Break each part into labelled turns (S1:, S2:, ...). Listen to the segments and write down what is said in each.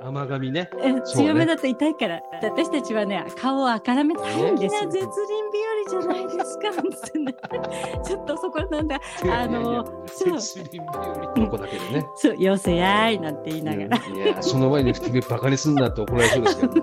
S1: 甘噛みね。
S2: え強めだと痛いから、私たちはね顔をあからめたいんですよ
S3: 絶倫日和じゃないですか。
S2: ちょっとそこなんだあのそう
S1: セリビよりの子だけでね。
S2: そう「よせやい」なんて言いながら、
S1: うんいや、その前に君バカにすんなって怒られそうですけどね。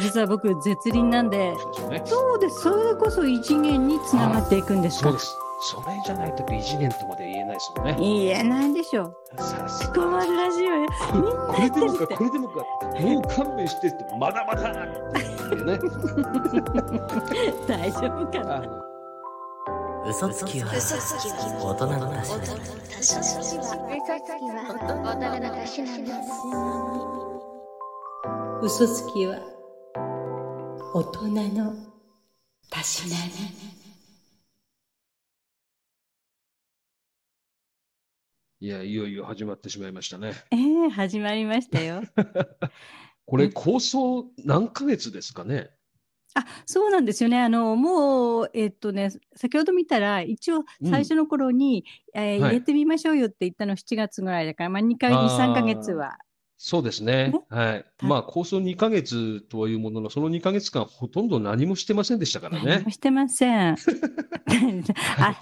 S2: 実は僕絶倫なんで
S1: そうですよね
S2: そうですそれこそ異次元につながっていくんです
S1: そう
S2: か
S1: です。それじゃないと異次元とまで言えないですもんね。
S2: 言えないでしょ
S1: さ すが
S2: 困るラジオやみんな
S1: こ
S2: 言
S1: れ
S2: っ
S1: で
S2: てる
S1: もか、
S2: って
S1: これでもか、もう勘弁してって、まだまだっていうね。
S2: 大丈夫かな
S1: あ
S4: 嘘つきは大人のたしなみ
S5: 嘘つきは大人のたしなみ
S1: いや、いよいよ始まってしまいましたね。
S2: ええ始まりましたよ
S1: これ、構想何ヶ月ですかね。
S2: あそうなんですよね。あのもうえっとね先ほど見たら一応
S1: うん
S2: 最初の頃に、え
S1: は
S2: ー
S1: い
S2: 入れてみましょうよって言ったの7月ぐらいだから、まあ、2回
S1: あー
S2: 23ヶ月は
S1: そうですね
S2: ね。
S1: はい。まあ、構想2ヶ月とはいうものの、その2ヶ月間、ほとんど何もしてませんでしたから
S2: 何
S1: ね
S2: も。してませ ん。あ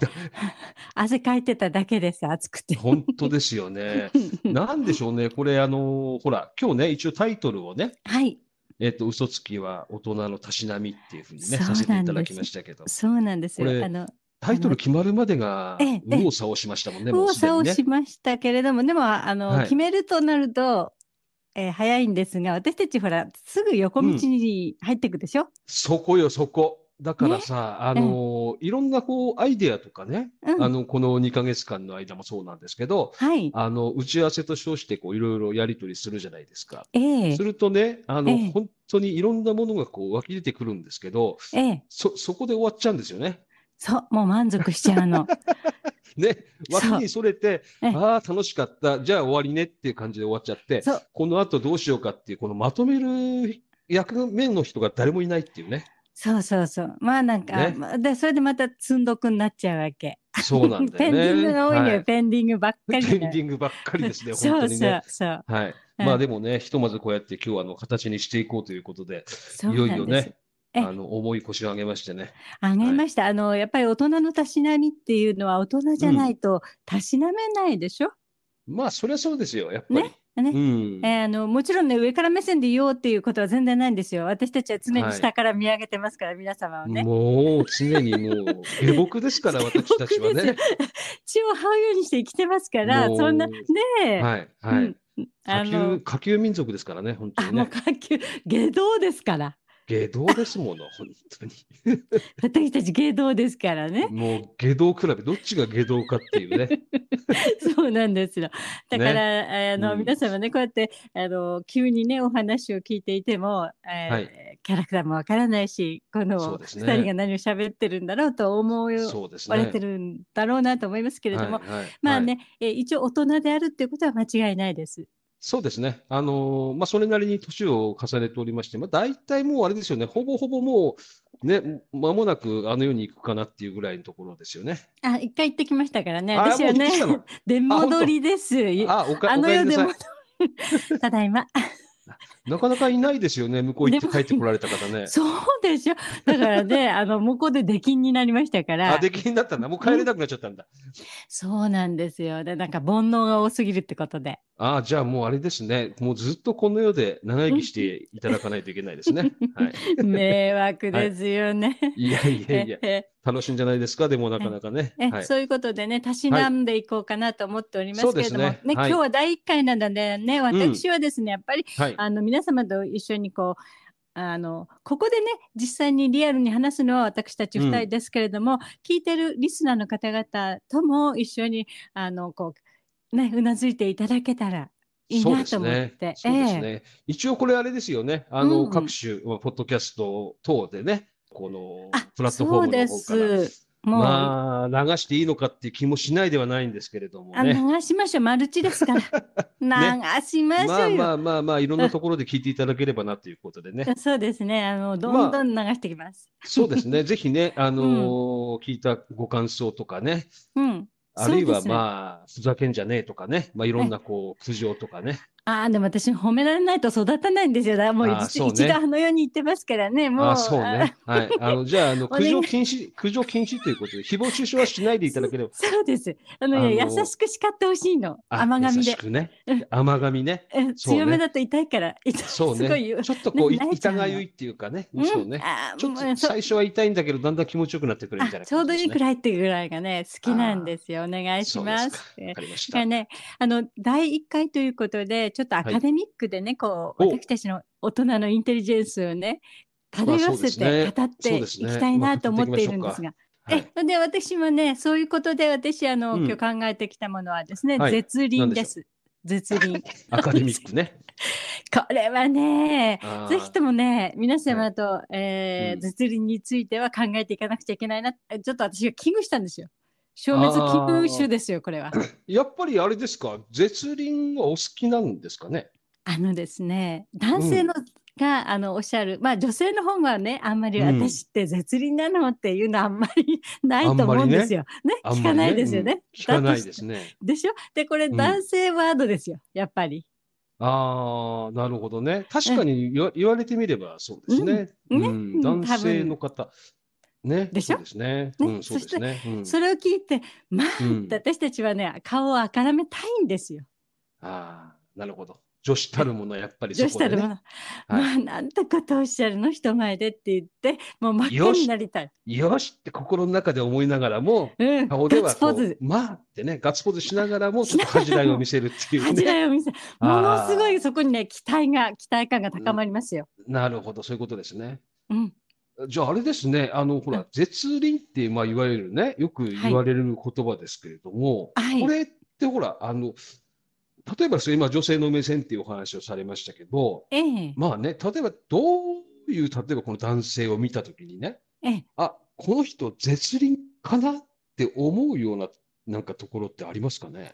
S2: 汗かいてただけです暑くて。
S1: 本当ですよね。なんでしょうね。これ、あのほら、今日ね、一応タイトルをね、
S2: はい
S1: えっ、と、嘘つきは大人のたしなみっていうふうにね、
S2: そうな
S1: さ
S2: んです
S1: せていただきましたけど、
S2: そうなんですよ
S1: こ。れ
S2: あの
S1: タイトル決まるまでが
S2: ええ、
S1: 右往左往しましたもんね、もう
S2: 交
S1: すで
S2: 差
S1: に
S2: を
S1: ね
S2: し。ましたけれどもでもあの、
S1: はい
S2: 決めるとなると、えー早いんですが私たちほらすぐ横道に入っていくでしょ。
S1: そこよ、そこ。だからさ、あ
S2: ね
S1: のいろんなこう、アイデアとかね、
S2: うん
S1: あの、この2ヶ月間の間もそうなんですけど、
S2: はい。
S1: あの、打ち合わせと称して、こう、いろいろやり取りするじゃないですか。
S2: ええ
S1: するとね、あの、
S2: ええ
S1: 本当にいろんなものがこう、湧き出てくるんですけど、
S2: ええ
S1: そ、そこで終わっちゃうんですよね。
S2: そう、もう満足しちゃうの。
S1: ね、
S2: そう
S1: 脇にそれて、
S2: ええ
S1: ああ、楽しかった、じゃあ終わりねっていう感 じで終わっちゃって、
S2: そう、
S1: この後どうしようかっていう、このまとめる役目の人が誰もいないっていうね。
S2: そうそうそう。まあなんか、
S1: ね
S2: まあでそれでまた積んどくになっちゃうわけ。
S1: そうなんだ
S2: ペ
S1: よ
S2: ンデ
S1: ね。
S2: ィングが多いのよ、
S1: はい
S2: ペンディングばっかり
S1: ペン
S2: だ
S1: デ
S2: よ
S1: ィングばっかりですね、
S2: そ
S1: 本当
S2: う
S1: に
S2: そう
S1: ね。
S2: そう。
S1: はい。
S2: うん
S1: まあでもね、ひとまずこうやって今日はあの形にしていこうということで、
S2: そう
S1: いよい
S2: なん
S1: よ
S2: です
S1: ね。、
S2: ええ
S1: あの、重い腰を上げましてね。
S2: あげました。あの、やっぱり大人のたしなみっていうのは大人じゃないとたしなめないでしょ、
S1: まあ、そりゃそうですよ、やっぱり。
S2: ね
S1: うん。
S2: えーあのもちろんね、上から目線で言おうっていうことは全然ないんですよ。私たちは常
S1: は
S2: に
S1: い
S2: 下から見上げてますから、皆様をね。
S1: もう常にもう下僕です から
S2: 下
S1: 私たちは
S2: 僕ですよ
S1: ね。
S2: 血を這うようにして生きてますから、
S1: もう
S2: そんな、ねえ、
S1: はいはい、
S2: うん
S1: 下
S2: あ
S1: 級
S2: の、
S1: 下級民族ですからね本当
S2: あ
S1: に
S2: もう
S1: ね
S2: 下級、下道ですから。
S1: 下道ですもの 本当に
S2: 私たち芸道ですか らね。
S1: もう下道比べどっちが下道かっていう ね
S2: そうなんですよ。だから、あの、
S1: うん
S2: 皆様ね、こうやって、あの、急にね、お話を聞いていても、えー
S1: はい
S2: キャラクターもわからないし、こ
S1: そう
S2: の
S1: です
S2: 二
S1: ね
S2: 人が何を喋ってるんだろうと思わ
S1: そうですね。
S2: れてるんだろうなと思いますけれども、
S1: はいはい
S2: まあ
S1: はい
S2: ね、えー一応大人であるっていうことは間違いないです。
S1: そうですね。あのーまあ、それなりに年を重ねておりまして、まあ、大体もうあれですよね。ほぼほぼもう、ね、間もなくあの世に行くかなっていうぐらいのところですよね。
S2: あ、一回行ってきましたからね。
S1: あー
S2: 私は
S1: もう行っ
S2: ね
S1: てきたの、
S2: 出
S1: あ本当
S2: 戻りです。
S1: あ、おか、
S2: あ
S1: お
S2: の
S1: かえ
S2: 世
S1: りな
S2: で
S1: さい
S2: も。、 ただいま。
S1: なかなかいないですよね。向こう行って
S2: でも
S1: 帰ってこられた方 ね。
S2: そうでしょ。だか らね、あの、向こうで出禁になりましたから。
S1: あ、出禁になったんだ。もう帰れなくなっちゃったんだ。
S2: そうなんですよ。で、なんか煩悩が多すぎるってこ とで。
S1: ああ、じゃあもうあれですね。もうずっとこの世で長生きしていただかないといけないですね。はい。
S2: 迷惑ですよね。、
S1: いやいやいや
S2: え
S1: 楽しいんじゃないですか。でもなかなかね。
S2: え
S1: はい。
S2: そういうことでね、たしなんでいこうかなと思っておりますけれども、
S1: はいそう
S2: ね
S1: ですねはい
S2: 今日は第一回なのでね、私はですね、やっぱり
S1: はい。
S2: あの皆様と一緒にこう、あのここでね実際にリアルに話すのは私たち2
S1: う
S2: 人
S1: ん
S2: ですけれども、聞いてるリスナーの方々とも一緒にあのこうねうなずいていただけたらいい
S1: そう
S2: な
S1: で
S2: と
S1: す
S2: 思っ
S1: ね
S2: て。
S1: そうです
S2: ええ
S1: ね。一応これあれですよね。あの、
S2: うん
S1: 各種、まあポッドキャスト等でね、この
S2: あ
S1: プラットフォームの方から
S2: そうですもう、
S1: まあ、流していいのかっていう気もしないではないんですけれども
S2: あ
S1: ね。
S2: 流しましょうマルチですから 流しましょう
S1: まあ
S2: よ、
S1: まあまあまあ、いろんなところで聞いていただければなということでね。
S2: そうですねあのどんどん流してきます、
S1: そうですね。ぜひね、あのー聞いたご感想とかね、
S2: うん
S1: あるい
S2: そう
S1: は
S2: ですね
S1: まあ、ふざけんじゃねえとかね、まあ、いろんなこう、苦情とかね、
S2: ああ、でも私褒められないと育たないんですよ。だからもう
S1: あー
S2: 一
S1: そうね
S2: 一度あの世に行ってますからね。もう。
S1: あ、そう
S2: あー。
S1: ね。はい。あ の、じゃあ、あの、
S2: 願い
S1: 苦情禁止、苦情禁止ということで、誹謗中傷はしないでいただければ。
S2: そうです。あのね、
S1: あの
S2: 優しく叱ってほしいの。
S1: あ
S2: 甘噛
S1: 優
S2: み
S1: し
S2: で。
S1: くね
S2: うん。
S1: 甘噛みね。
S2: うん
S1: そうね
S2: 強めだと痛いから。痛い
S1: そう
S2: すごい言
S1: ね。
S2: う。
S1: ちょっとこう、い
S2: な慣れち
S1: 痛
S2: ゃうの
S1: がゆいっていうかね。
S2: うん
S1: そうね。
S2: あー
S1: ちょっ
S2: もう
S1: と
S2: そう
S1: 最初は痛いんだけど、だんだん気持ちよくなってくるみたい
S2: あ
S1: な
S2: ちょう
S1: 感
S2: ど
S1: じ
S2: い
S1: ですね。
S2: いくらいっていうぐらいがね、好きなんですよ。お願いします。
S1: そうですかわかりました
S2: だから。ね、あの、第1回ということで、ちょっとアカデミックでね、こう、
S1: お
S2: 私たちの大人のインテリジェンスをね、
S1: まあ
S2: 漂
S1: そ
S2: わ
S1: うで
S2: せ
S1: すね
S2: て語っていきたいなと思っているんですが。
S1: はい
S2: え、で、私もね、そういうことで、私、あの、
S1: うん
S2: 今日考えてきたものはですね、
S1: はい
S2: 絶輪です。絶輪。
S1: アカデミッ クね。
S2: これはね、
S1: あー
S2: ぜひともね、皆様と、えー
S1: うん
S2: 絶輪については考えていかなくちゃいけないな。えちょっと私が危惧したんですよ。消滅危惧種ですよ、これは。
S1: やっぱりあれですか、絶倫はお好きなんですかね。
S2: あのですね、男性の、があのおっしゃる、まあ女性の方はね、あんまり
S1: うん
S2: 私って絶倫なのっていうのはあんまりない
S1: あんま
S2: と
S1: りね
S2: 思うんですよ。ね
S1: あん
S2: 聞
S1: ま
S2: か
S1: りね
S2: ないですよね。
S1: うん聞かない
S2: だ
S1: で
S2: とし
S1: すね。
S2: でしょで、これ
S1: うん
S2: 男性ワードですよ、やっぱり。
S1: ああ、なるほどね。確かに言わ言われてみればそうですね。
S2: うんね
S1: うん
S2: うん
S1: 男性の方。ね。
S2: でしょ
S1: そうですね。
S2: ね
S1: うん、そうですね。うん
S2: それを聞いて、まあ、
S1: うん
S2: 私たちはね、顔をあからめたいんですよ。
S1: ああ、なるほど。女子たるもの、やっぱりそ
S2: 女子
S1: こ
S2: た
S1: で
S2: るもの、
S1: ね。はい
S2: まあ、なんてことをおっしゃるの、人前でって言って、もう真っ
S1: よ
S2: 赤
S1: し
S2: になりたい。
S1: よしって心の中で思いながらも、
S2: うん、
S1: 顔で
S2: ガッ
S1: は
S2: ツポ
S1: こ
S2: ーズ
S1: う、。まあってね、ガッツポーズしながらも、ちょっと恥じらいを見せるっていう
S2: 恥じら
S1: ね。
S2: いを見せ、も
S1: あー
S2: のすごいそこにね、期待が、期待感が高まりますよ。
S1: なるほど、そういうことですね。
S2: うん、
S1: じゃああれですね、あの、ほ
S2: う
S1: ら、絶倫って、まあ、いわゆるね、よく言われる言葉ですけれども、
S2: はい
S1: これってほら、あの、例えばですよ今、女性の目線っていうお話をされましたけど、
S2: ええ、
S1: まあね、例えばどういう、例えばこの男性を見たときにね、
S2: ええ、
S1: あ、この人、絶倫かなって思うような、なんかところってありますかね。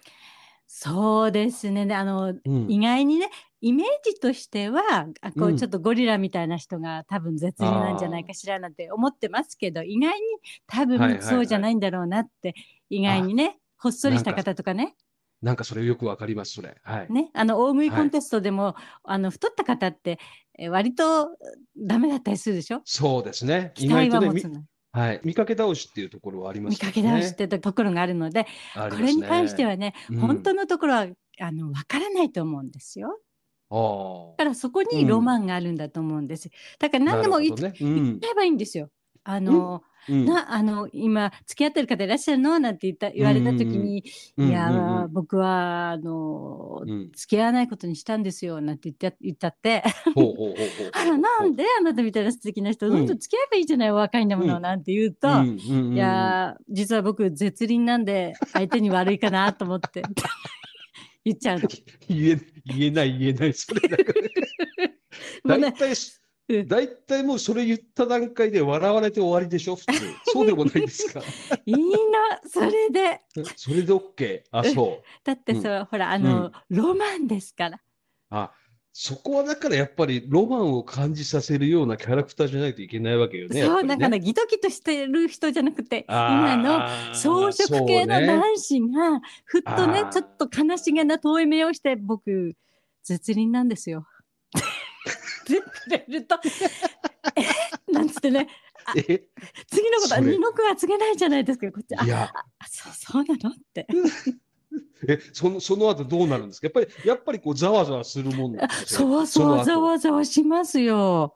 S2: そうですね。であの、
S1: うん
S2: 意外にね、イメージとしては、あこ
S1: うん
S2: うちょっとゴリラみたいな人が多分絶倫なんじゃないかしらなんて思ってますけど、意外に多
S1: はいはい
S2: 分
S1: はい
S2: そうじゃないんだろうなって、意外にね、ほっそりした
S1: なんか
S2: 方とかね、
S1: なんかそれよくわかります、それ。はい。
S2: ね、あの、大食い
S1: はい
S2: コンテストでも、あの、太った方って、え割とダメだったりするでしょ
S1: そうですね。
S2: 期待は
S1: 意外とね
S2: 持
S1: み
S2: つの。
S1: はい。見かけ倒しっていうところはありま
S2: 見
S1: すよ
S2: か
S1: ね。
S2: け倒しってところがあるので、
S1: ありま
S2: こ
S1: すね。
S2: れに関してはね、
S1: うん
S2: 本当のところは、あの、わからないと思うんですよ。
S1: あ
S2: だからそこにロマンがあるんだと思うんです。だから
S1: あ。
S2: 何でも言っ,、
S1: なるほどね。うん
S2: 言っちゃえばいいんですよ。あの、
S1: うん。
S2: な、あの、今、付き合ってる方いらっしゃるのなんて言った、言われた時に、
S1: うんうんうん
S2: いや
S1: うんうん
S2: ー、僕は、あの、
S1: うん。
S2: 付き合わないことにしたんですよ、なんて言った、言ったって、
S1: ほうほうほうほうほう。
S2: あら、なんであなたみたいな素敵な人、
S1: うん
S2: どんどん付き合えばいいじゃない、お若いんだもの、
S1: うん
S2: なんて言うと、
S1: うんうんうんうん
S2: いやー、実は僕、絶倫なんで、相手に悪いかなと思って、 言っちゃうの。
S1: 言え、言えない、言えない、それだけで。
S2: もう
S1: 大
S2: ね
S1: 体、
S2: うん
S1: 大体もうそれ言った段階で笑われて終わりでしょ、普通。 そうでもないですか。
S2: いいな、それで。
S1: それで OK。あ、そう。
S2: だってさ、ほらあの、ロマンですから
S1: あ、そこはだからやっぱりロマンを感じさせるようなキャラクターじゃないといけないわけよね。やっ
S2: そ
S1: ぱ
S2: う
S1: りね
S2: だからギトギトしてる人じゃなくて今の
S1: あー
S2: 草食系の
S1: そうね
S2: 男子がふっとね
S1: あー
S2: ちょっと悲しげな遠い目をして僕絶倫なんで すよ。って言われると「えなんつってね
S1: え
S2: 次のことは
S1: それ
S2: 二の句は告げないじゃないですかこっちあ
S1: いや、
S2: あそうそうなのって
S1: え、その、その後どうなるんですかやっぱり、やっぱりこう、ざわざわするもんなんですか
S2: そうそうざ
S1: の後
S2: わざわしますよ。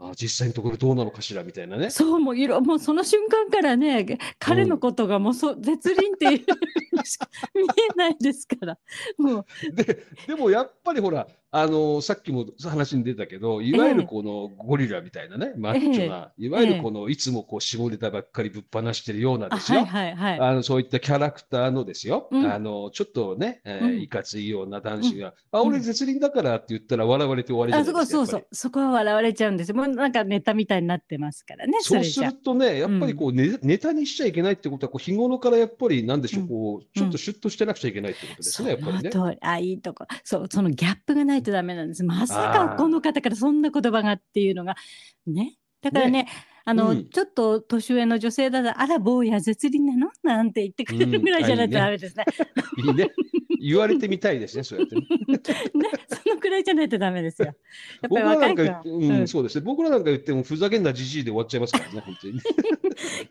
S1: あ実際のところどうなのかしらみたいなね。
S2: そうもういろもうその瞬間からね彼のことがもうそ、絶倫っていうしか見えないですからもう
S1: で、でもやっぱりほら、あのさっきも話に出たけど、いわゆるこのゴリラみたいなね、マッチョな、いわゆるこの、いつもこう、絞れたばっかりぶっ放してるような
S2: あ
S1: です
S2: はい
S1: よ。
S2: はいはい
S1: あの、そういったキャラクターのですよ。
S2: うん
S1: あの、ちょっとね、え
S2: う
S1: ー
S2: ん
S1: いかついような男子が、あ、
S2: うん
S1: 俺絶倫だからって言ったら笑われて終わりじゃ
S2: あ
S1: な
S2: そ
S1: いで
S2: こ
S1: すか。
S2: そ
S1: や
S2: う
S1: っぱり
S2: そうそこは笑われちゃうんですよもうなんかネタみたいになってますからねそ
S1: そう
S2: れ
S1: す
S2: じゃ
S1: るとね、やっぱりこうネ,、ネタにしちゃいけないってことは、こう日頃からやっぱり、なんでしょ
S2: う
S1: う、
S2: ん
S1: こう、ちょっとシュッとしてなくちゃいけないってことですね、やっぱりね。
S2: その通りあいいとこそうそのギャップがないとダメなんですまさかこの方からそんな言葉がっていうのがねだからねあの、
S1: うん
S2: ちょっと年上の女性だとあら坊や絶倫なのなんて言ってくれるぐらいじゃないとダメですね。
S1: いいね。言われてみたいですね、そうやってね。
S2: ね、そのくらいじゃないとダメですよ。やっぱ
S1: 僕
S2: り
S1: らな
S2: 若
S1: ん
S2: い
S1: か
S2: 子
S1: 言っ
S2: は
S1: て、、うん
S2: うん
S1: そうですね。僕らなんか言っても、ふざけんなじじいで終わっちゃいますから ね、本当にね。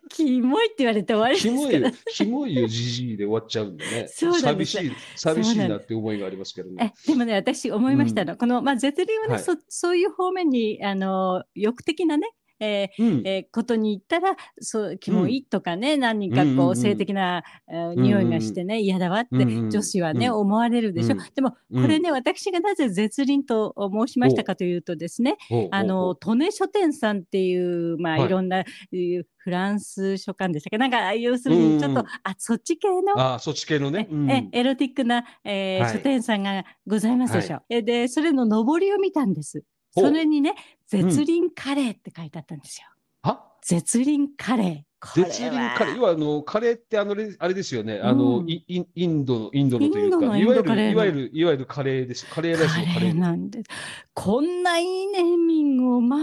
S2: キモいって言われて終わり
S1: キモ
S2: です
S1: い
S2: か
S1: よ
S2: ら。、
S1: キモいよ、じじいで終わっちゃうんでね。
S2: そうなん
S1: 寂
S2: です
S1: しい、寂しい
S2: そうな
S1: なん
S2: で
S1: って思いがありますけどね。
S2: えでもね私思いましたの、この、まあ、絶倫はね、
S1: はい
S2: そそういう方面にあの欲的なね、え
S1: うん
S2: ー、えーことに行ったらそうキモいとかね、何人か
S1: うんうん
S2: こ
S1: うん
S2: う性的な、えー匂いがしてね嫌だわって、
S1: うんうん
S2: 女子はね、
S1: うん
S2: 思われるでし
S1: う
S2: ょ、
S1: ん
S2: でもこ
S1: うん
S2: れね、私がなぜ絶倫と申しましたかというとですね
S1: ほうほうほう
S2: あの、利根書店さんっていう、まあ、
S1: はい
S2: いろんな、えーフランス書館でしたっけなんか、要するに、ちょ
S1: う
S2: っと、
S1: んうん
S2: あ、そっち系の、
S1: ああ、そっち系のね。うん
S2: ええエロティックな、えー
S1: はい
S2: 書店さんがございますでしょ。えで、それの上りを見たんです。
S1: ほう
S2: それにね、
S1: ん
S2: 絶倫カレーって書いてあったんですよ。
S1: は
S2: 絶倫カレー。これは
S1: 絶倫カレー。要はあの、カレーってあのれ、あれですよね。あの、
S2: うん
S1: イインインドの、インドのという
S2: インド
S1: か、
S2: の
S1: いわゆ
S2: インドカレ
S1: る、
S2: ー
S1: いわゆる、いわゆるカレーです。カレーライス
S2: カ
S1: のカレ
S2: レー
S1: ー。
S2: なんです。こんないいネーミングを、まあ、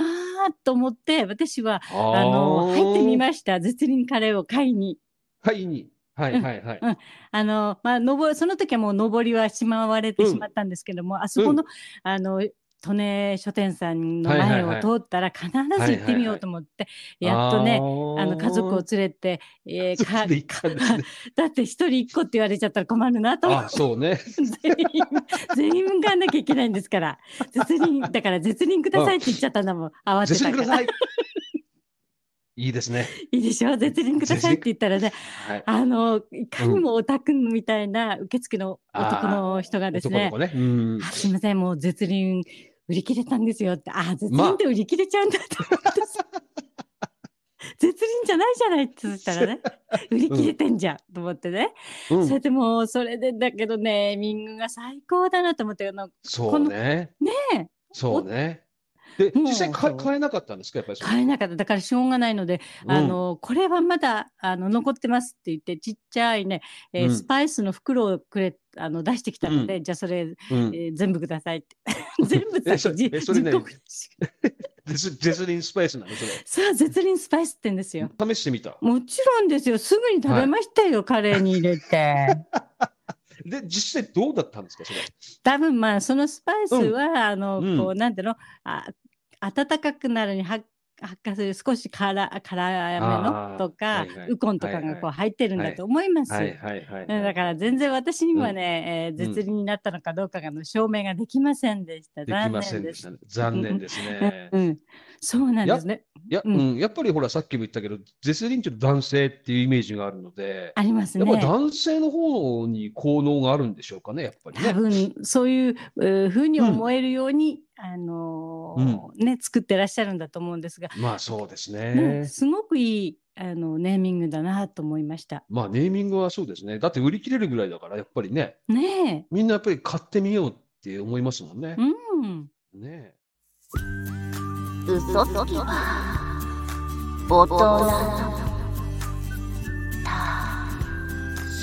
S2: と思って、私は、
S1: あ
S2: あの、入ってみ
S1: し
S2: ました。絶倫カレーを買いに。
S1: た。はい、に。はい、はい、はい。
S2: あの、まあ、のぼ、その時はもう上りはしまわれて
S1: うん
S2: しまったんですけども、あそこの、あの、利根書店さんの
S1: はいはい
S2: 前
S1: はい
S2: を通ったら必ず行ってみようと思って、やっとね、あの、家族を連れて、 え
S1: 家
S2: ー
S1: 族で行ったんです ね
S2: だって一人一個って言われちゃったら困るなと思っ
S1: あ
S2: て。
S1: そうね。
S2: 全員、 全員向かわなきゃいけないんですから。絶倫、だから絶倫くださいって言っちゃったんだもん。慌て
S1: 絶
S2: た
S1: 倫く
S2: か
S1: だ
S2: ら。
S1: さい。いいですね。
S2: いいでしょ絶倫くださいって言ったらね、
S1: はい。
S2: あの、いかにもオタクみたいな受付の男の人がです
S1: 男の
S2: ね
S1: 子、ね。うん
S2: あすみません、もう絶倫売り切れたんですよって、あ、絶
S1: まあ
S2: 倫って売り切れちゃうんだと思ってさ、絶倫じゃないじゃないって言った らね、売り切れてんじゃん、と思ってね。
S1: うん
S2: それでもう、それでだけどね、ミングが最高だなと思って、あの、
S1: そうね。
S2: ねえ
S1: そうね。で、
S2: もう
S1: 実際買
S2: そう
S1: 買えなかったんですかやっぱりそれ。
S2: 買えなかった。だからしょうがないので、
S1: うん
S2: あ、の、これはまだ、あの、残ってますって言って、ちっちゃいね、えー
S1: うん
S2: スパイスの袋をくれ、あの、出してきたので、じゃあそれ、
S1: うん
S2: えー全部くださいって。 全部
S1: え
S2: だ
S1: そ
S2: けじ
S1: えそれね
S2: 10個くらいしか
S1: デスデスリンスパイスなのそれ。
S2: さあ、絶倫スパイスって言うんですよ。
S1: 試してみた。
S2: もちろんですよ。すぐに食べましたよ、カレーに入れて。
S1: で、実際どうだったんですかそれ。
S2: 多分まあ、そのスパイスは、あの、
S1: うん
S2: こう、なんていうの、あ温かくなるに発発火する少し辛辛め
S1: あー
S2: のとか、
S1: はいはい
S2: ウコンとか
S1: はいは
S2: が
S1: い
S2: こう入ってるん
S1: は
S2: だ
S1: い
S2: と思います。
S1: はいはいはい。
S2: うんだから全然私にはね、え
S1: うん
S2: ー絶倫になったのかどうかがの証明ができませんでした。
S1: でき
S2: 残
S1: ません
S2: 念
S1: で
S2: で
S1: し
S2: す。
S1: たね。残念ですね
S2: う。ん、そうなんですね。
S1: いや、
S2: うん
S1: うん、やっぱりほら、さっきも言ったけど、デスリンって男性っていうイメージがあるので、
S2: あります
S1: や
S2: ね。
S1: っぱり男性の方に効能があるんでしょうかね、やっぱり
S2: 多
S1: ね。
S2: 分そういうえーふうに思えるように、あのーね作ってらっしゃるんだと思うんですが、
S1: まあそうです
S2: うん
S1: ね。
S2: すごくいいあのネーミングだなと思いました。
S1: まあネーミングはそうですね。だって売り切れるぐらいだから、やっぱりね、
S2: ね
S1: みんなやっぱり買ってみようって思いますもんね
S2: え、う。ん、
S1: ね
S3: 嘘つきは大人のたし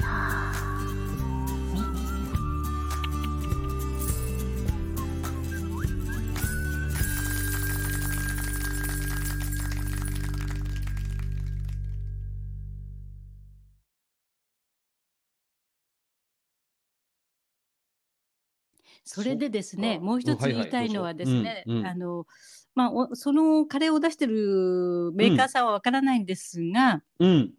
S3: た
S2: それでです
S1: そっ
S2: ね
S1: か
S2: もう一つ
S1: うんはいは
S2: 言
S1: い
S2: いたいのはですね、
S1: どうぞうんうん
S2: あのまあおそのカレーを出してるメーカーさんはわからないんですが、
S1: え。うん。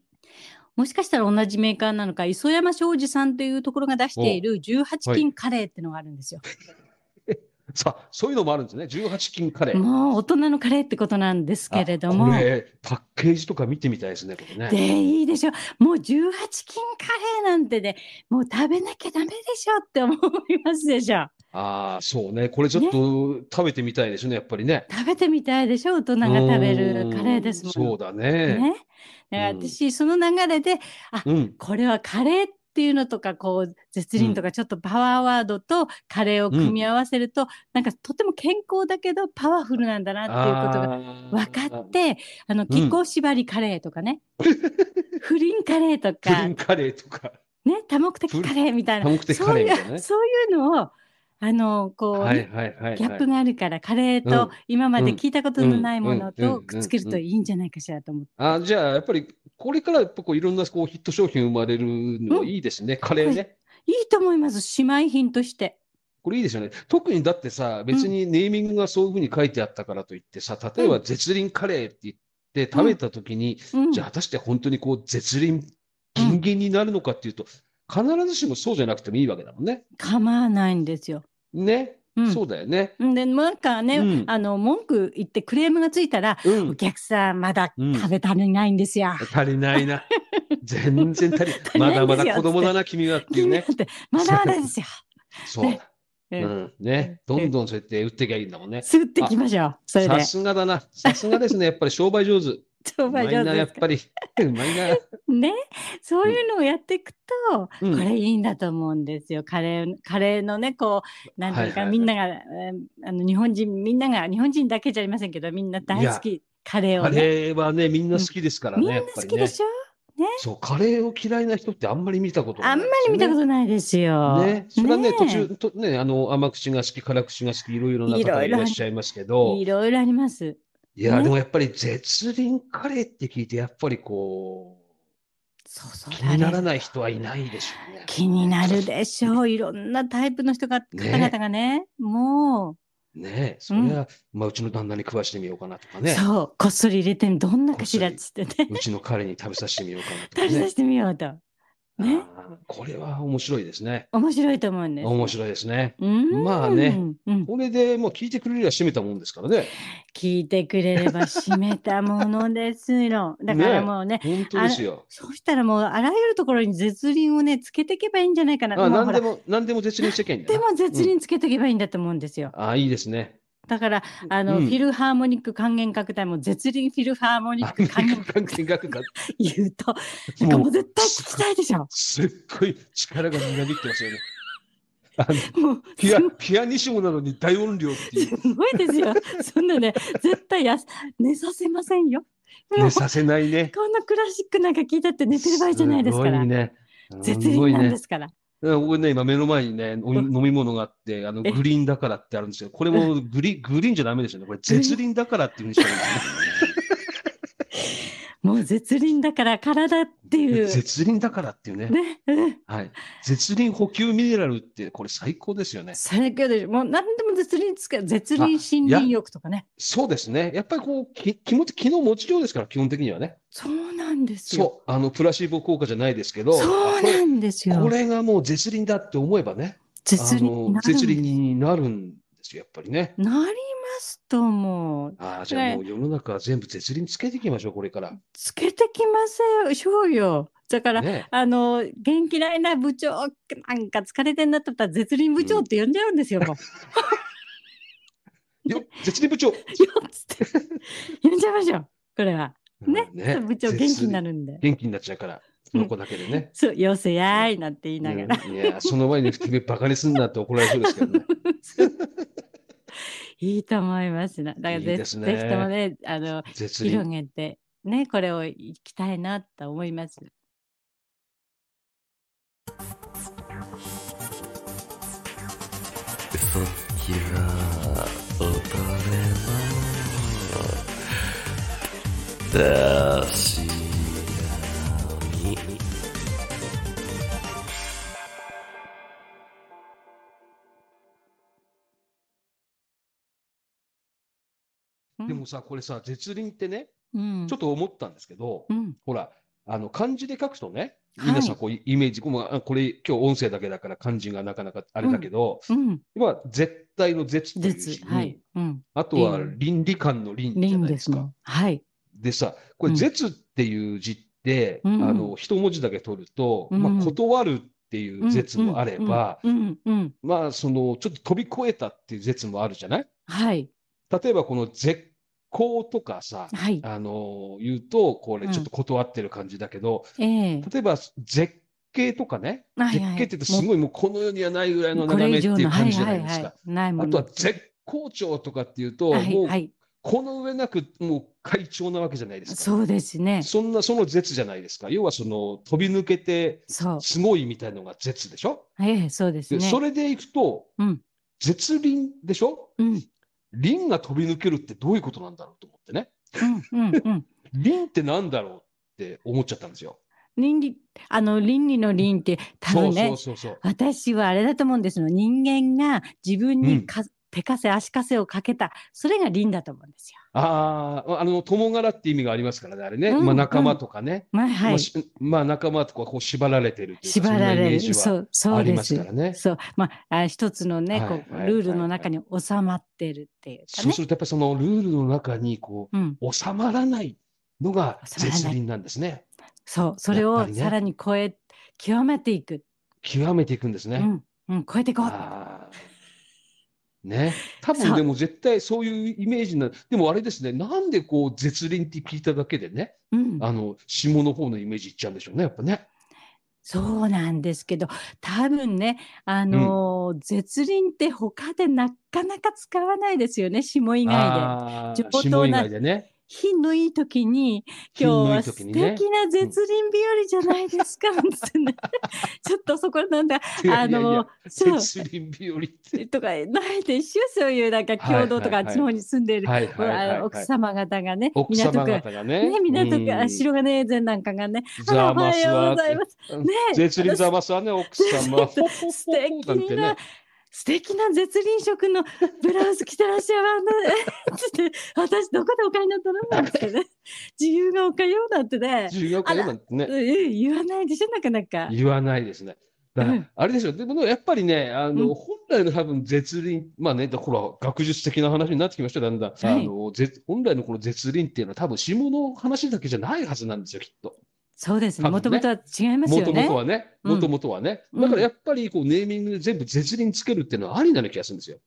S2: もしかしたら同じメーカーなのか磯山商事さんというところが出している18金カレーってのがあるんですよ。
S1: さあ、そういうのもあるんですね。18金カレー。
S2: もう大人のカレーってことなんですけれども。
S1: あこれ、パッケージとか見てみたいですね、これね。
S2: でいいでしょもう18金カレーなんてねもう食べなきゃダメでしょって思いますでしょ
S1: ああ、そうね。これちょっと食べてみたいですね、やっぱりね。
S2: 食べてみたいでしょ大人が食べるカレーです
S1: うーんそ
S2: も
S1: うんだ
S2: ね
S1: ね。
S2: だから
S1: うん
S2: 私その流れで
S1: うん。
S2: これはカレーっていうのとかこう絶倫とかちょっとパワーワードとカレーを組み合わせると、なんかとても健康だけどパワフルなんだなっていうことが
S1: あ
S2: 分
S1: ー
S2: かってあの気候縛りカレーと かね、不倫カレーと
S1: プ
S2: か
S1: リンカレーとか、
S2: ね、多目的カレーみたい
S1: 多
S2: な。
S1: 目的カ
S2: そう
S1: レー
S2: い
S1: みたいなね
S2: う、。そういうのを、あの、こう、
S1: はいはいはいはい。
S2: ギャップがあるから、カレーと今まで聞いたことのないも
S1: う
S2: の
S1: んうんうん
S2: とくっつけるといいんじゃないかしらと思って。
S1: あじゃあ、やっぱりこれからやっぱこういろんなこうヒット商品生まれるのいいですね、カレーね。
S2: いいと思います。姉妹品として。
S1: これいいですよね。特にだってさ、別にネーミングがそういうふうに書いてあったからといってさ、例えば絶倫カレーって言って食べた時に、
S2: うん、
S1: じゃあ果たして本当にこう絶倫、金銀になるのかっていうと、必ずしもそうじゃなくてもいいわけだもんね。
S2: 構わないんですよ。
S1: ね。
S2: うん、
S1: そうだよね。
S2: うんでなんかね、
S1: うん
S2: あの文句言ってクレームがついたら、
S1: う
S2: お
S1: ん。
S2: 客さんまだ
S1: うん
S2: 食べ足りない んですよ。
S1: 足りない な。全然足り
S2: 足り
S1: ま
S2: ない
S1: だ
S2: んですよ
S1: まだ子供だな、君はっていう
S2: 君 だ
S1: ね
S2: っ。てまだまだですよ。
S1: そうだ。
S2: ええ
S1: うん。ね。どんどんそうやって売っていきゃいいんだもんね。
S2: すぐってきましょう。それで
S1: さ。すがだな。さすがですね。やっぱり商売上手。
S2: 商
S1: うま
S2: 売
S1: い
S2: 上
S1: な、
S2: 手
S1: や
S2: で
S1: っ
S2: すか
S1: ぱり。 うまいな。
S2: ね。そういうのをやっていくと、
S1: うん
S2: これいいんだと思うんですよ。カレー、カレーのね、こう、なんていうか、
S1: はいはいはい
S2: みんなが、えーあの、日本人、みんなが、日本人だけじゃありませんけど、みんな大好き、カレー
S1: カ
S2: をね。
S1: レーはね、みんな好きですからね、
S2: みんな
S1: やっ
S2: 好
S1: ぱり
S2: きで
S1: ね。
S2: しょ、
S1: そう、カレーを嫌いな人ってあんまり見たことが
S2: あん
S1: な
S2: ま
S1: い
S2: り見たこととないですよ。
S1: ね。それはね、
S2: え
S1: 途中、とね、あの、甘口が好き、辛口が好き、いろいろない
S2: ろ
S1: 方
S2: い
S1: が
S2: ろ
S1: いらっしゃいますけど、
S2: いろいろあります。
S1: いや、
S2: ね
S1: でもやっぱり絶倫カレーって聞いて、やっぱりこ
S2: そう
S1: う、
S2: そう。
S1: 気になら
S2: い。
S1: ない人はいないでしょうね。
S2: 気になるでしょう。いろんなタイプの人が、
S1: ね
S2: 方々がね、もう、
S1: ねえ、そりゃ、まあ、うちの旦那に食わしてみようかなとかね、
S2: そう、こっそり入れてみどんなかしらっ
S1: こっ
S2: つってね。
S1: うちの彼に食べさせてみようかなとか
S2: 食べさ
S1: ね
S2: せ。てみようと。ね。
S1: あーこれは面白いですね。
S2: 面白いと思うんです。
S1: 面白いですね。
S2: うん
S1: まあね。
S2: うん
S1: これでもう聞いてくれりゃ締めたもんですからね。
S2: 聞いてくれれば締めたものです よ。だからもうね。
S1: 本当ですよ。
S2: そうしたらもうあらゆるところに絶輪をねつけていけばいいんじゃないかな。
S1: あ、
S2: もう
S1: 何
S2: ほ
S1: で
S2: ら
S1: も、何でも絶倫してけんだ
S2: で
S1: な。
S2: も絶輪つけていけばいいんだと思うんですよ。
S1: あ、いいですね。
S2: だからあの、
S1: うん
S2: フィルハーモニック還元拡大も絶輪フィルハーモニッ
S1: あ
S2: ク還元拡
S1: 関係学が、
S2: 大言う となんかもう絶対聞きたいでしょ。
S1: すっごい力がみなぎってますよね。あの
S2: もう
S1: ピア、ピアニッシモなのに大音量っていう。
S2: すごい ですよ。そんなね絶対やす寝させませんよ。もう
S1: ね、させないね。
S2: こんなクラシックなんか聞いたって寝てる場合じゃないですか
S1: ご
S2: ら
S1: い。ね。
S2: 絶
S1: すご
S2: 倫
S1: い
S2: なん
S1: ね
S2: で。すか
S1: う
S2: ら。
S1: ん僕ね、今目の前にね、お飲み物があって、あの、
S2: え
S1: グリーンだからってあるんですけど、これもグリ、グリーンじゃダメですよね。これ、絶倫だからっていうふうにしたらいいんですね。
S2: もう絶倫だから体っていう。
S1: 絶倫だからっていうね。
S2: ね、うん
S1: はい。絶倫補給ミネラルって、これ最高ですよね。
S2: 最強でしょ。もう何でも絶倫つけ、絶倫森林浴とかね。
S1: そうですね。やっぱりこう、き気持ち、気の持ちようですから、基本的にはね。
S2: そうなんですよ。
S1: そう。あの、プラシーボ効果じゃないですけど、
S2: そう
S1: あこれ
S2: なんですよ
S1: こ。れがもう絶倫だって思えばね、あ
S2: 絶倫に
S1: の
S2: な、るんです
S1: 絶倫になるんですよ、やっぱりね。
S2: なりますともう。
S1: ああ、じゃあ
S2: ね
S1: もう世の中は全部絶倫つけていきましょう、これから。
S2: つけてきませんしょうよ。だから、
S1: ね。
S2: あの、元気ないな部長、なんか疲れてんなってったら絶倫部長って呼んじゃうんですよ、もう。
S1: よ、絶倫部長
S2: よっつって。呼んじゃいましょう。これは。ね
S1: うん。
S2: 部長元気にな
S1: る。
S2: るんで。
S1: 元気になっちゃうから、その子だけでね。
S2: そう、よせやーいなんて言いながら。
S1: うんいや、その前にてめえバカにすんなって怒られそうですけ どね。
S2: いいと思いますな。だから
S1: いい
S2: ぜ
S1: ですね
S2: ぜひともね、あの、
S1: 絶
S2: 広
S1: 倫。
S2: げて、ね、これをいきたいなと思います。
S4: 嘘つきは踊れない確かに
S2: うん
S1: でもさ、これさ、絶倫ってね、
S2: うん
S1: ちょっと思ったんですけど、
S2: うん、
S1: ほら、あの、漢字で書くとね、
S2: はい
S1: 皆さんこうイメージ、こうまあこれ今日音声だけだから漢字がなかなかあれだけど、
S2: うん、
S1: まあ絶対の絶という字
S2: 絶、
S1: に
S2: はい、うん、
S1: あとは
S2: 倫
S1: 倫理観の倫じゃ
S2: 輪
S1: ないで
S2: で
S1: す
S2: すも
S1: か
S2: ん。。はい、
S1: でさ、これ
S2: うん
S1: 絶っていう字って、
S2: うん
S1: あの、一文字だけ取ると、
S2: うん
S1: まあ断るっていう絶もあれば、
S2: うん、うん、うんうん、
S1: まあその、ちょっと飛び越えたっていう絶もあるじゃない
S2: はい、
S1: 例えばこの絶好とかさ、
S2: はい、
S1: あの、言うと、これちょっと断ってる感じだけど、
S2: ええ
S1: 例えば絶景とかね、
S2: はい
S1: 絶
S2: はい
S1: 景って言ってすごいもうこの世にはないぐらいの
S2: こ
S1: 眺め
S2: れ以
S1: って
S2: 上
S1: いう
S2: の、は
S1: 感
S2: い、
S1: じじゃな
S2: はい
S1: で
S2: い、は
S1: すか
S2: い。、ないも
S1: あ
S2: の。
S1: とは絶好調とかっていうと、
S2: はい、
S1: もう
S2: はい、
S1: この上なくもう快調なわけじゃないですか。
S2: そうですね。
S1: そんなその絶じゃないですか。要はその飛び抜けて
S2: そう、
S1: すごいみたいのが絶でしょ。
S2: ええ、そうです
S1: で
S2: ね。
S1: それでいくと、
S2: うん
S1: 絶輪でしょ。
S2: うん、うん、
S1: 輪が飛び抜けるってどういうことなんだろうと思ってね。
S2: うん、うん。
S1: 輪ってなんだろうっって思っちゃったんですよ。
S2: 倫理、あの、倫理の倫って多分ね、
S1: そうそうそうそう。
S2: 私はあれだと思うんですよ。人間が自分
S1: うん
S2: にか、手かせ足かせをかけた、それが倫だと思うんですよ。
S1: ああ、あの、友柄って意味がありますからね、あれね。
S2: うん
S1: まあ仲間とかね。
S2: まあ、は
S1: まあ
S2: い。
S1: しまあ仲間とかこう縛られてるというか
S2: 縛られる。
S1: そんなイメージ
S2: そ
S1: は
S2: う、そ
S1: あ
S2: う
S1: り
S2: で
S1: ます
S2: す
S1: か。らね。
S2: そう、まあ、あ一つのね、
S1: はい
S2: こう
S1: はい
S2: ルールの中に収まってるっていうか
S1: そう
S2: ね
S1: す。るとやっぱりそのルールの中にこ
S2: うん、
S1: う収まらないのが
S2: 収まらない
S1: 絶倫なんですね。
S2: そう、それ
S1: やっぱ
S2: を
S1: りね
S2: さらに超え、極めていく。
S1: 極めていくんです
S2: う
S1: ね。
S2: ん、うん、超えていこう。
S1: あーね、多分
S2: そう
S1: でも絶対そういうイメージな、でもあれですね、なんでこう絶倫って聞いただけでね、
S2: うん、
S1: あの下の方のイメージいっちゃうんでしょうね、やっぱね。
S2: そうなんですけど、多分ね、あのー絶倫って他でなかなか使わないですよね、下以外で。
S1: あ
S2: 上
S1: ー
S2: 等
S1: 下
S2: な
S1: 以外でね、
S2: 品のいい時に、今
S1: 品
S2: 日
S1: のい
S2: はい素
S1: 時にね
S2: 敵な絶倫日和じゃないですか、なんつってね ちょっとそこなんだ、
S1: いや
S2: あ
S1: いやいや
S2: の、そう。
S1: 絶倫日和って。
S2: とかないでしょそういうなんか
S1: はい
S2: 共同と
S1: は
S2: かあ
S1: い
S2: っちの方に住んでいる、
S1: はいはいはいはい
S2: あの奥様方がね
S1: 奥
S2: 港
S1: 様
S2: 区
S1: 方がね。
S2: ね港区
S1: うん
S2: あ白金前なんかがねあ
S1: ざ
S2: らお
S1: ま
S2: は
S1: す
S2: よう
S1: わ
S2: ございます
S1: うん
S2: ね
S1: 絶倫ざますわね、奥 様。
S2: 素敵な
S1: ほほほほなんてね。
S2: 素敵な絶倫色のブラウス着てらっしゃるわね つって私どこでお買いになったのなんてね自由が丘よなんてね
S1: 自由が丘
S2: あら
S1: なんてね。
S2: うん言わないでしょなかな か。
S1: 言わないですね。だから
S2: うん
S1: あれですよ、でもやっぱりね、あの、
S2: うん
S1: 本来の多分絶倫、まあね、ほら、学術的な話になってきましたよ、だんだん。
S2: は
S1: あ
S2: い
S1: の、絶本来のこの絶倫っていうのは多分下の話だけじゃないはずなんですよ、きっと。
S2: そうですね。
S1: 多
S2: もと
S1: 分
S2: も
S1: ね
S2: とは違います
S1: も
S2: よ
S1: とも
S2: ね
S1: と。はね、
S2: うん
S1: もともとはね。
S2: うん
S1: だからやっぱりこうネーミングで全部絶倫つけるっていうのはありな気がするんですよ。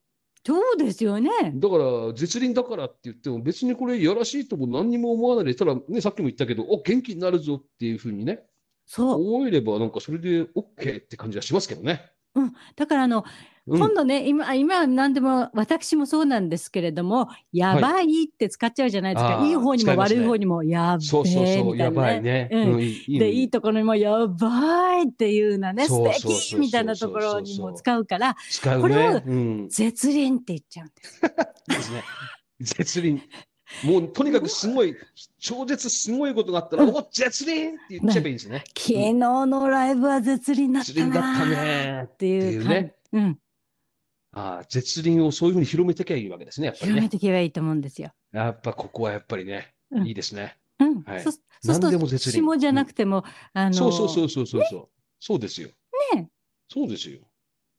S2: そうですよね。
S1: だから、絶倫だからって言っても別にこれやらしいとも何にも思わないで、ただね、さっきも言ったけど、お、元気になるぞっていうふうにね、
S2: そう。
S1: 思えればなんかそれで OK って感じはしますけどね。
S2: うん。だからあの、
S1: うん
S2: 今度ね、今、今は何でも、私もそうなんですけれども、やばいって使っちゃうじゃないですか。
S1: あー
S2: い、い方に
S1: 使
S2: も
S1: います
S2: 悪
S1: ね
S2: い方にも、や
S1: そう
S2: べ
S1: そう
S2: え
S1: そう、
S2: みた
S1: や
S2: いな
S1: ばい
S2: ね。
S1: ね。
S2: うん
S1: いい
S2: で、い
S1: い
S2: いところにも、やばいっていうなね、
S1: そう
S2: 素
S1: そうそうそう
S2: 敵みたいなところにも使うから、
S1: 使う
S2: これ
S1: ね
S2: を。
S1: うん。
S2: 絶倫って言っちゃうんです。
S1: ですね。絶倫。もうとにかくすごい、超絶すごいことがあったら、
S2: うん
S1: お絶倫って言っちゃえばいいんですね。
S2: 昨日のライブは絶倫だっ
S1: 絶
S2: た
S1: 倫だった
S2: な
S1: ね
S2: っ。てい
S1: っていう
S2: う感
S1: ね
S2: じ。うん。
S1: ああ、絶倫をそういうふうに広めてきゃいいわけですね、やっぱり
S2: 広め
S1: ね。
S2: ていけばいいと思うんですよ。
S1: やっぱここはやっぱりね
S2: う、ん
S1: いいですね。
S2: うん。
S1: はい
S2: そそうす
S1: 何で
S2: る
S1: も
S2: と、
S1: 絶倫
S2: 下じゃなくても、あの、
S1: そうそうそうそうそうそう。そうですよ。
S2: ね
S1: そうですよ。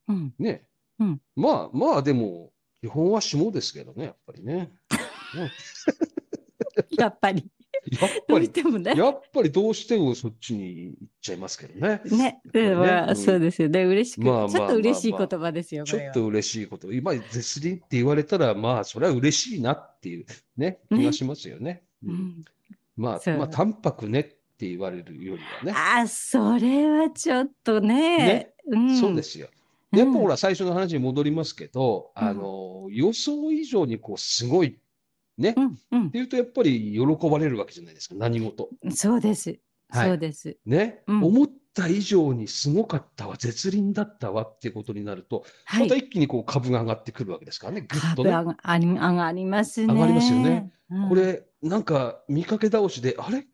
S2: うん。
S1: ね。
S2: うん
S1: まあまあ、でも、基本は下ですけどね、やっぱりね。
S2: やっぱり、
S1: やっぱ
S2: どう
S1: り
S2: し、てもね。
S1: やっぱりどうしてもそっちに行っちゃいますけどね。
S2: ね、うんま
S1: うん
S2: あ、そうですよね。嬉しく、
S1: まあ
S2: ち
S1: ま
S2: ょ
S1: あま
S2: っ
S1: あ
S2: と嬉しい言葉ですよ。
S1: ちょ
S2: これ
S1: っ
S2: は
S1: と嬉しいこと。今、絶倫って言われたら、まあ、それは嬉しいなっていうね、気がしますよね。
S2: う
S1: うん
S2: ん
S1: まあ、
S2: そう
S1: まあ、淡白ねって言われるよりはね。
S2: あ、それはちょっとね。うん
S1: そうですよ。
S2: うん
S1: でやっぱほら、最初の話に戻りますけど、
S2: うん
S1: あの、予想以上にこう、すごい、ね。
S2: う
S1: っ
S2: ん、うん
S1: ていうと、やっぱり喜ばれるわけじゃないですか、何事。
S2: そうです。
S1: はい
S2: そうです。
S1: ね。
S2: うん
S1: 思った以上にすごかったわ、絶倫だったわってことになると、
S2: は
S1: また
S2: い。
S1: 一気にこう株が上がってくるわけですからね、ぐっと
S2: 株
S1: ね。
S2: 上があり上がりますね。
S1: 上がりますよね
S2: うん。
S1: これ、なんか見かけ倒しで、あれ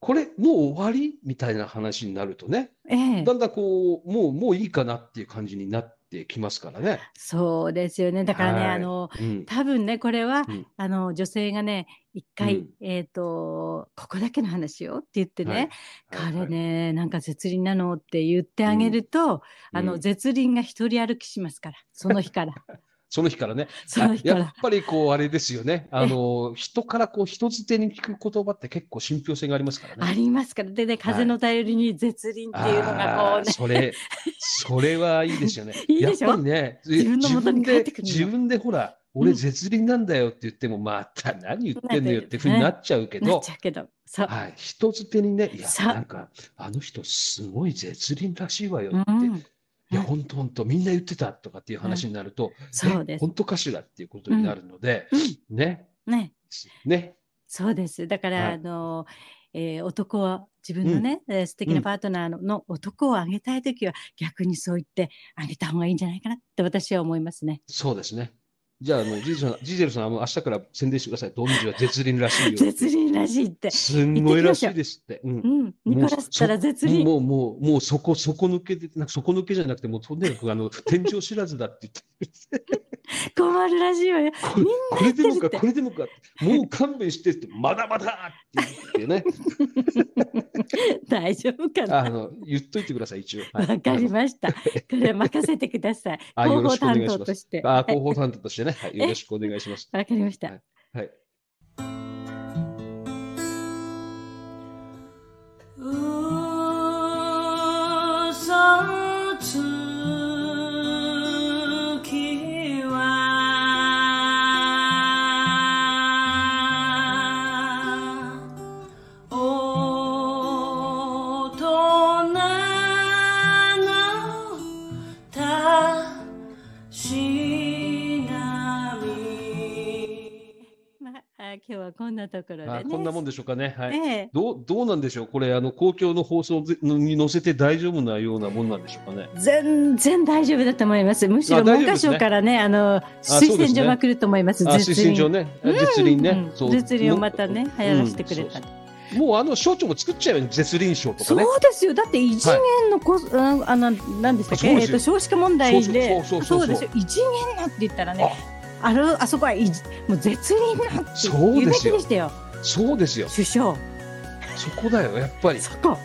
S1: これ、もう終わりみたいな話になるとね、
S2: ええ
S1: だ、んだんこう、もう、もういいかなっていう感じになってきますからね。
S2: そうですよね。だからね、
S1: はい
S2: あの、
S1: うん。
S2: 多分ね、これは、
S1: うん
S2: あの、女性がね、一回、
S1: うん
S2: えっ、と、ここだけの話よって言ってね、
S1: はい
S2: 彼ね、なんか絶倫なのって言ってあげると、あ
S1: う
S2: の
S1: ん
S2: 絶倫が一人歩きしますから、その 日から、
S1: その日からね。
S2: その日か
S1: やっ
S2: ら。
S1: ぱりこう、あれですよね。あの、人からこう、人づてに聞く言葉って結構信憑性がありますから
S2: あ
S1: ね。
S2: りますから、でね、風の頼りに絶倫っていうのがこう
S1: あー
S2: ね、
S1: それ、それはいいですよね。
S2: いいでしょ
S1: やっぱりね、
S2: 自分の元に帰ってくるの
S1: 自分で、自分でほら、俺絶倫なんだよって言っても、また何言ってんのよってふうに
S2: ね
S1: なっちゃうけ
S2: なっ
S1: ど
S2: ち、ゃうけど、そう、
S1: はい、人づてにね、いや、
S2: さ
S1: なんか、あの人、すごい絶倫らしいわよっ
S2: う
S1: て、い
S2: ん、
S1: や、ほんとほんと、みんな言ってたとかっていう話になると、
S2: そうです
S1: 本当かしらっていうことになるので、ね、
S2: ね、
S1: ね、
S2: そうです。だから、
S1: はい
S2: あの、えー男は自分のね、えー素敵
S1: う
S2: なんパートナーの,、男をあげたいときは、逆にそう言ってあげた方がいいんじゃないかなって私は思いますね。
S1: そうですね。じゃあ、あの、ジーゼルさん、ジーゼルさん、あの、明日から宣伝してください。ドンジは絶倫らしいよ。
S2: 絶倫らしいって。
S1: すんごいらしいですって。うん
S2: う。ん、ニコラスったら絶倫。
S1: もう、もう、もう、そこ、底抜けで、なんか底抜けじゃなくて、もう、とにかく、あの、天井知らずだって言って。
S2: 困るらしいわよ。
S1: これこれでもか、これでもかって、もう勘弁してって、まだまだって言ってね、
S2: 大丈夫かな。
S1: あの、言っといてください、一応。はい
S2: わかりま した。これは任せてください。
S1: あよろ
S2: 広報
S1: しくお願いし
S2: 担
S1: ます
S2: 当として。
S1: あ
S2: わ
S1: のあ、広報担当としてね、はい、よろしくお願いします。
S2: かりました。
S1: はい。
S6: 嘘つきは大人のたしなみ
S2: まあ、あ今日はこんなところで
S1: あ
S2: ね。
S1: こんなもんでしょうかね。はい。
S2: ええ
S1: どう、どうなんでしょうこれ、あの、公共の放送ぜに載せて大丈夫なようなもんなんでしょうかね。
S2: 全然大丈夫だと思います。むし
S1: あ
S2: ろ
S1: 大
S2: 文
S1: 丈夫
S2: 科
S1: ですね
S2: 省からね、あの推
S1: そうで
S2: 薦
S1: すね
S2: 状が来ると思います。
S1: あ、推薦状ね。あ絶
S2: うん
S1: 倫ね。
S2: うん絶倫をまたね、流行らせてくれ
S1: うんそ
S2: た
S1: う。もう、あの、省庁も作っちゃうよね。絶倫賞とか
S2: そ
S1: ね。
S2: うですよ。だって異次元のこ、ああのなんでしたっけ、
S1: そうで
S2: え
S1: すよ
S2: っと少子化問題で、
S1: そうそうそうそうそう
S2: ですよ。異次元なんて言ったらね、あのあそこは異次もう絶倫なんて
S1: そう
S2: 言う
S1: で
S2: べ
S1: す
S2: き
S1: よ
S2: でしたよ。
S1: そうですよ。
S2: 首相
S1: そこだよ、やっぱり。
S2: そこ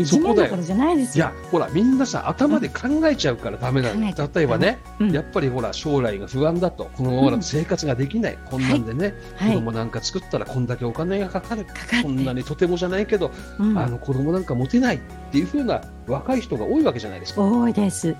S2: 異次元どころじゃないです
S1: い
S2: よ。
S1: や、ほら、みんなさ、頭で考えちゃうからダメな
S2: 考
S1: の
S2: えちゃう
S1: 例えばね、
S2: うん
S1: やっぱりほら、将来が不安だと、このままだと生活ができない、こんなんでね、
S2: は
S1: 子
S2: い。
S1: 供なんか作ったらこんだけお金がかかる、
S2: かかって
S1: こんなにとてもじゃないけど、
S2: うん
S1: あの子供なんか持てないっていう風な若い人が多いわけじゃないですか。
S2: 多いです。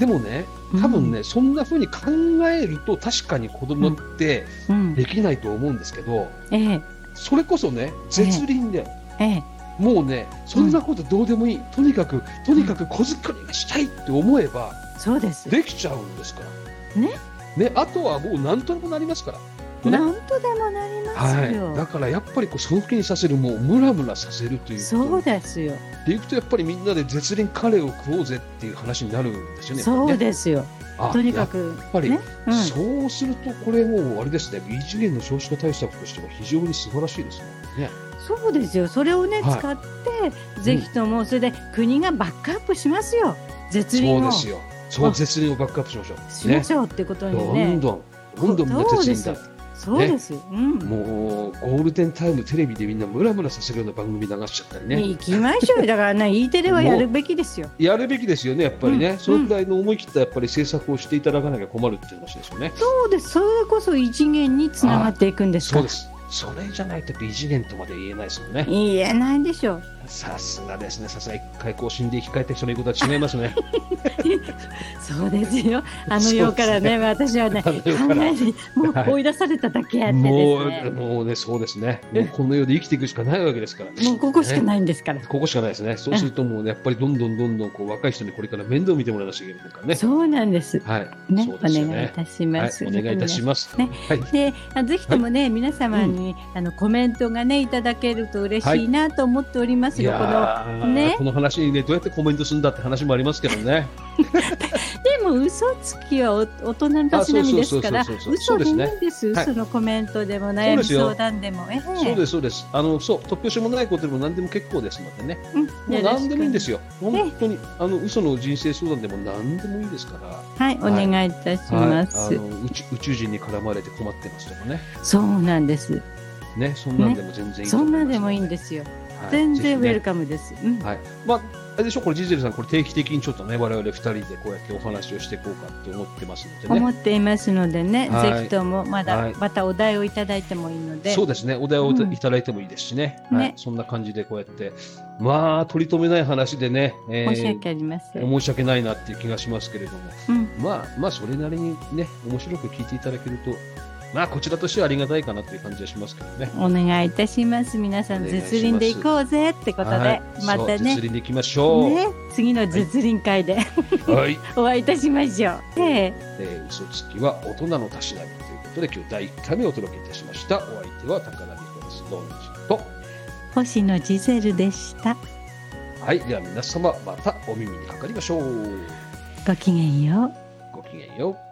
S1: でもね、多分ね、そんな風に考えると確かに子供って
S2: うん。
S1: できないと思うんですけど、
S2: ええ
S1: それこそね、絶倫で、
S2: ええ。
S1: もうね、そんなことどうでもいい、とにかく、とにかく子作りがしたいって思えば、
S2: そうです。
S1: できちゃうんですから。
S2: ね。
S1: ね、あとはもう何とでもなりますから。
S2: な
S1: ね、
S2: んとでもなりま
S1: は
S2: すよ。
S1: い。だからやっぱりこう、その気にさせる、もうムラムラさせるということ
S2: そうですよ。
S1: でいくとやっぱりみんなで絶倫カレーを食おうぜっていう話になるんですよね。
S2: そう
S1: す。
S2: ですよ。
S1: あ
S2: とにか。く
S1: やっぱり、
S2: ね、うん、
S1: そうするとこれもうあれですね、異次元の少子化対策としては非常に素晴らしいですね。ね
S2: そうですよ。それをね、
S1: はい
S2: 使ってぜひともそれで国がバックアップしますよ。絶
S1: そう
S2: 倫
S1: で
S2: を
S1: す
S2: し
S1: よ。そう
S2: あ
S1: 絶倫をバックアップしましょう。
S2: ましょうってことに
S1: ど
S2: ね。
S1: んどん、どんどんみんな
S2: そう
S1: 絶
S2: で
S1: 倫
S2: す
S1: だ
S2: よ。そうですよ。うん。
S1: もうゴールデンタイムテレビでみんなムラムラさせるような番組流しちゃったりね。
S2: 行きましょうよ。だからね、E テレはやるべきですよ。
S1: やるべきですよね、やっぱりね、
S2: うん
S1: そのくらいの思い切ったやっぱり政策をしていただかなきゃ困るっていう話ですよね。
S2: そうです。それこそ異次元につながっていくんです
S1: そ
S2: か
S1: う
S2: ら
S1: で。す。それじゃないと異次元とまで言えないですよね。
S2: 言えないでしょう。
S1: さすがですね、さすが一回更新で生き返った人の言うことは違いますね。
S2: そうですよ。あの世からね、私はね、
S1: あ
S2: 考
S1: の世から
S2: えて、も
S1: はいう
S2: 追 い出されただけあって
S1: も
S2: です
S1: う、
S2: ね。
S1: もうね、そうですね。もうこの世で生きていくしかないわけですから。
S2: もうここしか
S1: ね
S2: ないんですから。
S1: ここしかないですね。そうするともうね、やっぱりどんどんどんどんこう若い人にこれから面倒見てもらわなきゃいけないからね。
S2: そうなんです。
S1: はい。
S2: ね、
S1: そ
S2: お
S1: うですよ
S2: 願いい
S1: ね。
S2: たし
S1: は
S2: ま
S1: い、
S2: す。
S1: お願いいたします。
S2: ね
S1: はい。
S2: で、あぜひともね、皆様に、あのコメントがねいただけると嬉しいなと思っております
S1: い
S2: よ。
S1: や
S2: こ
S1: ー
S2: のね
S1: こ、の話にね、どうやってコメントするんだって話もありますけどね。
S2: でも嘘つきはお大人のたしなみですから
S1: あそう、そうそ
S2: 嘘
S1: うそうそうそう
S2: で
S1: で
S2: い
S1: す
S2: いん
S1: ね
S2: です。
S1: はい
S2: 嘘のコメントでも
S1: そう
S2: 悩
S1: で
S2: み
S1: すよ
S2: 相談でも、ええ
S1: そうです、そうです。あの、そう、突拍子もないことでも何でも結構ですのでね。
S2: うん
S1: もう
S2: よろ
S1: 何
S2: しく
S1: でもいいんですよ。本当に、あの、嘘の人生相談でも何でもいいですから。
S2: はい、お願いいたし
S1: はい、あ
S2: ます。
S1: の宇宙宇宙人に絡まれて困ってますとかね、
S2: そうなんです。
S1: ねそんなんでも全然いいと
S2: そ
S1: 思
S2: ん
S1: います
S2: な
S1: の
S2: でもいいんですよ。
S1: はい
S2: 全然ウ
S1: ぜひ
S2: ェル
S1: ね
S2: カムです。うん
S1: はいまあ、あれでしょ、これ、ジーゼルさん、これ定期的にちょっとね、我々二人でこうやってお話をしていこうかって思ってますので
S2: 思
S1: ね、
S2: っていますのでね、
S1: はい
S2: ぜひともまだ、
S1: はい
S2: またお題をいただいてもいいので
S1: そうですね、お題を
S2: うん
S1: いただいてもいいですしね、
S2: ね
S1: はい、そんな感じでこうやって、まあ、取り留めない話でね、えー
S2: 申し訳ありません、
S1: 申し訳ないなっていう気がしますけれども、
S2: うん
S1: まあ、まあ、それなりにね、面白く聞いていただけると、まあ、こちらとしてはありがたいかなという感じがしますけどね。
S2: お願いいたします皆さん
S1: お願いします
S2: 絶倫で行こうぜってことで、
S1: はい
S2: ま
S1: そう
S2: た
S1: 絶
S2: ね
S1: 倫でいきましょう。
S2: ね次の絶倫会で、
S1: はい。
S2: お会いいたしましょう、ええ
S1: えー、嘘つきは大人のたしなみということで、今日第1回目をお届けいたしました。お相手は高田美穂です。どうもと。
S2: 星野ジゼルでした
S1: はい。では皆様、またお耳にかかりましょう。
S2: ごきげんよう
S1: ごきげんよう。